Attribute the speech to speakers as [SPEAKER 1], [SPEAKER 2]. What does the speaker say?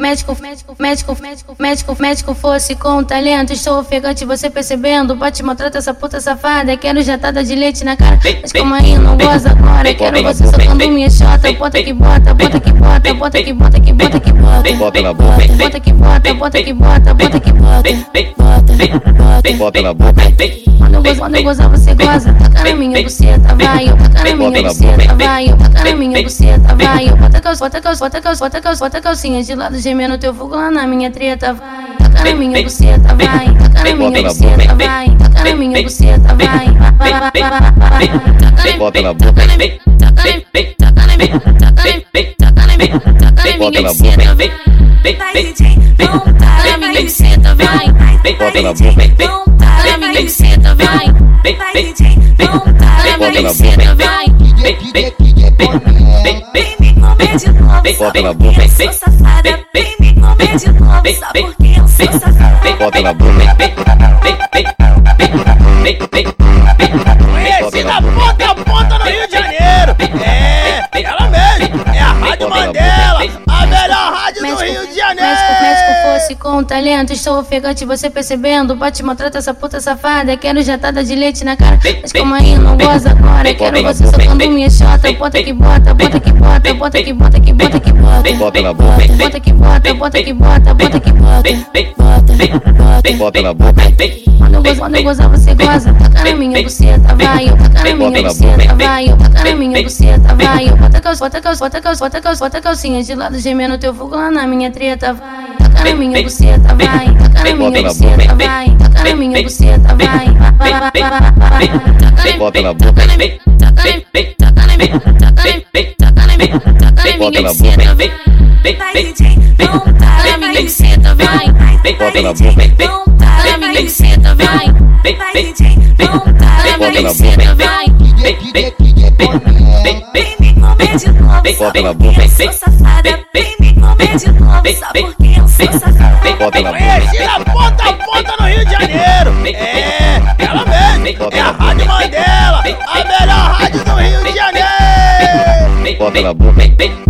[SPEAKER 1] Médico, médico, médico, médico, médico, médico fosse com talento. Estou ofegante, você percebendo. Bate, maltrata essa puta safada. Quero jatada de leite na cara. Mas como aí, não goza agora. Quero você socando minha chota. Bota que bota, bota que bota, bota que bota, que bota que bota.
[SPEAKER 2] Bota na boca.
[SPEAKER 1] Bota que bota, bota que bota, bota que bota. Bota, bota.
[SPEAKER 2] Bota na boca.
[SPEAKER 1] Quando gozar, quando gozar, você goza. Taca na minha buceta, vai. Eu taca na minha buceta, vai. Eu taca na minha buceta, vai. Eu bota calça, bota calça, bota calça, bota calça, bota calcinha de lado gemendo teu fogo lá na minha treta, vai. Taca na minha buceta, vai. Taca na minha buceta, vai. Taca na minha buceta, vai. Vai, vai, vai, vai, vai. Taca
[SPEAKER 2] Bota na
[SPEAKER 1] na
[SPEAKER 2] boca.
[SPEAKER 1] taca na minha, taca na minha, taca na minha, taca na minha, taca na
[SPEAKER 2] Bota
[SPEAKER 1] minha
[SPEAKER 2] na
[SPEAKER 1] buceta, vai.
[SPEAKER 3] Vai DJ, não para,
[SPEAKER 1] Taca na minha buceta, vai.
[SPEAKER 2] Bota na
[SPEAKER 3] vai DJ,
[SPEAKER 1] Taca na
[SPEAKER 3] não para,
[SPEAKER 1] minha
[SPEAKER 3] vai
[SPEAKER 1] buceta, vai.
[SPEAKER 3] DJ, não
[SPEAKER 1] Taca na
[SPEAKER 3] para,
[SPEAKER 1] minha
[SPEAKER 2] Bota na
[SPEAKER 1] buceta, vai.
[SPEAKER 3] vem me comer de novo, só
[SPEAKER 2] Bota na
[SPEAKER 3] porque eu sou safada. Vem me comer de novo, só porque eu sou safada.
[SPEAKER 2] Bota na boca.
[SPEAKER 4] Conheci da ponta a ponta no Rio de Janeiro. É, ela mesmo. É a Rádio Mandela, a melhor rádio do Rio de
[SPEAKER 1] Médico, médico
[SPEAKER 4] Janeiro.
[SPEAKER 1] fosse com talento, estou ofegante, você percebendo. Bate, maltrata essa puta safada. Quero jatada de leite na cara. Mas como aí, não goza agora. Quero você socando minha chota. Bota que bota, bota que bota, bota que bota, que bota que bota.
[SPEAKER 2] Bota na boca.
[SPEAKER 1] Bota que bota, bota que bota, bota que bota. Bota, bota.
[SPEAKER 2] Bota na boca.
[SPEAKER 1] Quando gozar, quando gozar, você goza. Taca na minha buceta, vai. Eu taca na minha buceta, vai. Eu taca na minha buceta, vai. Eu bota calça, bota calça, bota calça, bota calça, bota calcinha de lado, gemendo teu fogo lá na minha treta, vai. Taca na minha buceta, vai. Taca na minha buceta, vai. Taca na minha buceta, vai. Vai, vai, vai, vai, vai.
[SPEAKER 2] Bota na
[SPEAKER 1] Taca
[SPEAKER 2] boca.
[SPEAKER 1] na minha, taca na minha, taca na minha, taca na minha, taca na minha, taca na
[SPEAKER 2] Bota
[SPEAKER 1] minha
[SPEAKER 2] na
[SPEAKER 1] buceta, vai.
[SPEAKER 3] Vai DJ, não para,
[SPEAKER 1] Taca na minha
[SPEAKER 3] vai
[SPEAKER 1] buceta, vai.
[SPEAKER 2] Bota na
[SPEAKER 3] Vai
[SPEAKER 2] boca.
[SPEAKER 3] DJ,
[SPEAKER 1] Taca na
[SPEAKER 3] não para,
[SPEAKER 1] minha
[SPEAKER 3] vai
[SPEAKER 1] buceta, vai.
[SPEAKER 3] Vai DJ, não para,
[SPEAKER 1] Taca na minha
[SPEAKER 3] vai
[SPEAKER 2] Bota na
[SPEAKER 1] buceta, vai.
[SPEAKER 3] Vem me comer de novo, só
[SPEAKER 2] Bota na
[SPEAKER 3] porque
[SPEAKER 2] boca.
[SPEAKER 3] eu sou safada. Vem me comer de novo, só porque eu sou safada.
[SPEAKER 2] Bota na boca.
[SPEAKER 4] Conheci da ponta a ponta no Rio de Janeiro. É, ela mesmo. É a Rádio Mandela, a melhor rádio do Rio de Janeiro.
[SPEAKER 2] Bota na boca.